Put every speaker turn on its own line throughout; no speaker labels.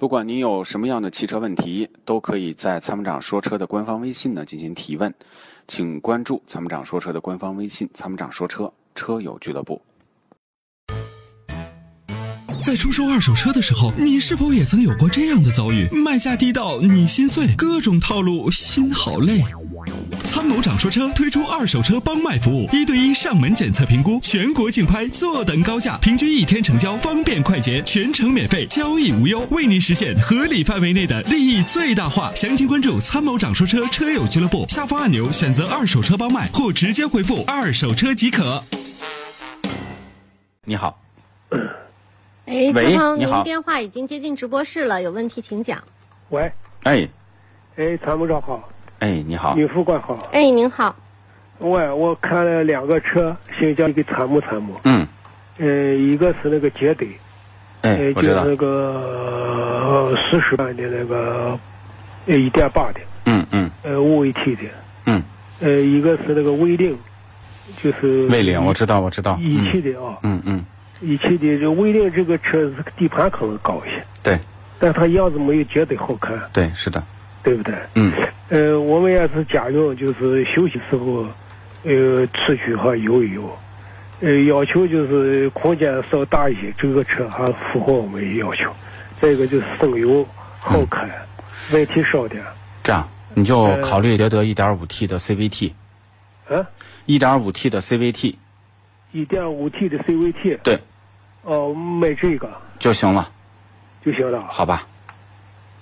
不管您有什么样的汽车问题，都可以在参谋长说车的官方微信呢进行提问，请关注参谋长说车的官方微信“参谋长说车车友俱乐部
在出售二手车的时候，你是否也曾有过这样的遭遇？卖价低到你心碎，各种套路，心好累。参谋长说车推出二手车帮卖服务，一对一上门检测评估，全国竞拍，坐等高价，平均一天成交，方便快捷，全程免费，交易无忧，为您实现合理范围内的利益最大化。详情关注参谋长说车车友俱乐部下方按钮，选择二手车帮卖，或直接回复二手车即可。”。
你好，
哎，
喂
陈鹏，
你
您
好
电话已经接进直播室了，有问题请讲。
喂，
哎
哎，参谋长好，
哎，你好，
女副官好。
哎，您好，
喂，我看了两个车，想叫你给参谋参谋。
嗯，
呃，一个是那个捷德，
哎
呃，，
我
就是
知道，
那个四十万的那个，呃，一点八的，
嗯嗯
呃，五 AT 的。
嗯，
呃，一个是那个威凌，就是
魏领，我知道，我知道，
一汽
嗯
的啊，
嗯嗯，
一汽的这威凌这个车是底盘可能高一些，
对
但它样子没有捷德好看，
对是的，
对不对？
嗯
呃，我们也是家用，就是休息时候，呃，出去哈游一游。呃，要求就是空间稍大一些，这个车还符合我们要求。再一个就是省油、好开，
嗯
问题少点。
这样你就考虑捷德 1.5T 的 CVT，
啊，
1.5T 的 CVT，
一点五 T 的 CVT
对
哦，买这个
就行了，
就行了。
好吧？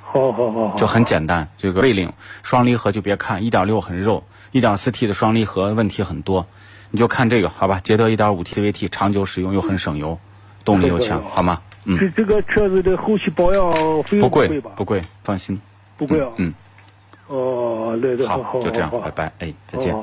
好好好好，
就很简单。这个魏领双离合就别看，一点六很肉，一点四 T 的双离合问题很多，你就看这个好吧？捷德一点五 T CVT 长久使用又很省油，动力又强，好吗？嗯，
这这个车子的后期保养费
不
用
贵
贵吧？
不贵，放心。
不贵啊。
嗯，
哦，对对，好
好，
好
就这样，
好好
拜拜，哎，再见
好。